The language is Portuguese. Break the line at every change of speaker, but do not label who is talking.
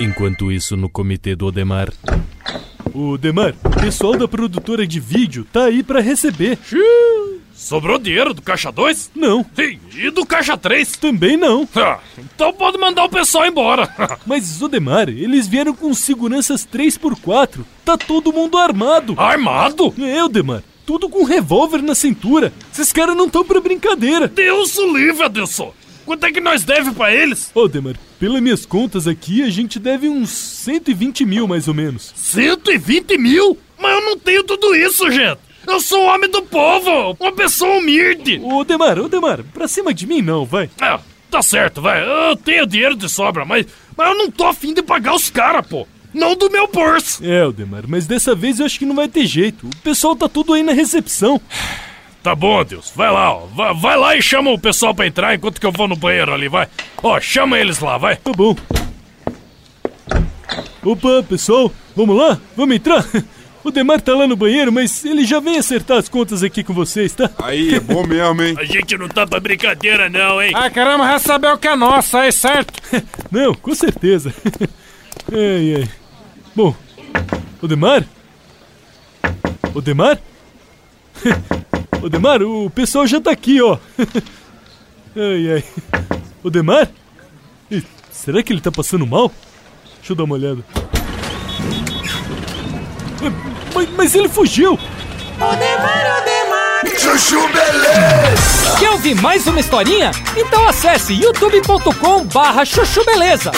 Enquanto isso, no comitê do Odemar. O Demar, o pessoal da produtora de vídeo tá aí pra receber.
Sobrou dinheiro do caixa 2?
Não,
Sim, e do caixa 3?
também não.
Então pode mandar o pessoal embora.
Mas Odemar, eles vieram com seguranças 3x4. Tá todo mundo armado.
Armado?
É, Odemar, tudo com revólver na cintura. Esses caras não tão pra brincadeira.
Deus o livre, Adilson. Quanto é que nós deve pra eles?
Odemar, pelas minhas contas aqui, a gente deve uns 120 mil mais ou menos.
120 mil? Mas eu não tenho tudo isso, gente. Eu sou um homem do povo, uma pessoa humilde.
Odemar, Odemar, pra cima de mim não, vai.
Ah, tá certo, vai. Eu tenho dinheiro de sobra, mas, mas eu não tô afim de pagar os caras, pô. Não do meu bolso.
É, Odemar, mas dessa vez eu acho que não vai ter jeito. O pessoal tá tudo aí na recepção.
Tá bom, Deus. Vai lá, ó. Vai, vai lá e chama o pessoal pra entrar enquanto que eu vou no banheiro ali, vai. Ó, chama eles lá, vai.
Tá bom. Opa, pessoal, vamos lá? Vamos entrar? O Demar tá lá no banheiro, mas ele já vem acertar as contas aqui com vocês, tá?
Aí, é bom mesmo, hein?
A gente não tá pra brincadeira, não, hein?
Ah, caramba, já saber o que é nosso, aí, certo?
Não, com certeza. Ai, ai. Bom, Odemar? Odemar? Odemar, o pessoal já tá aqui, ó. Ai, ai. Odemar? Ih, Será que ele tá passando mal? Deixa eu dar uma olhada. Mas, mas ele fugiu!
Chuchu Beleza!
Quer ouvir mais uma historinha? Então acesse youtube.com barra chuchu beleza.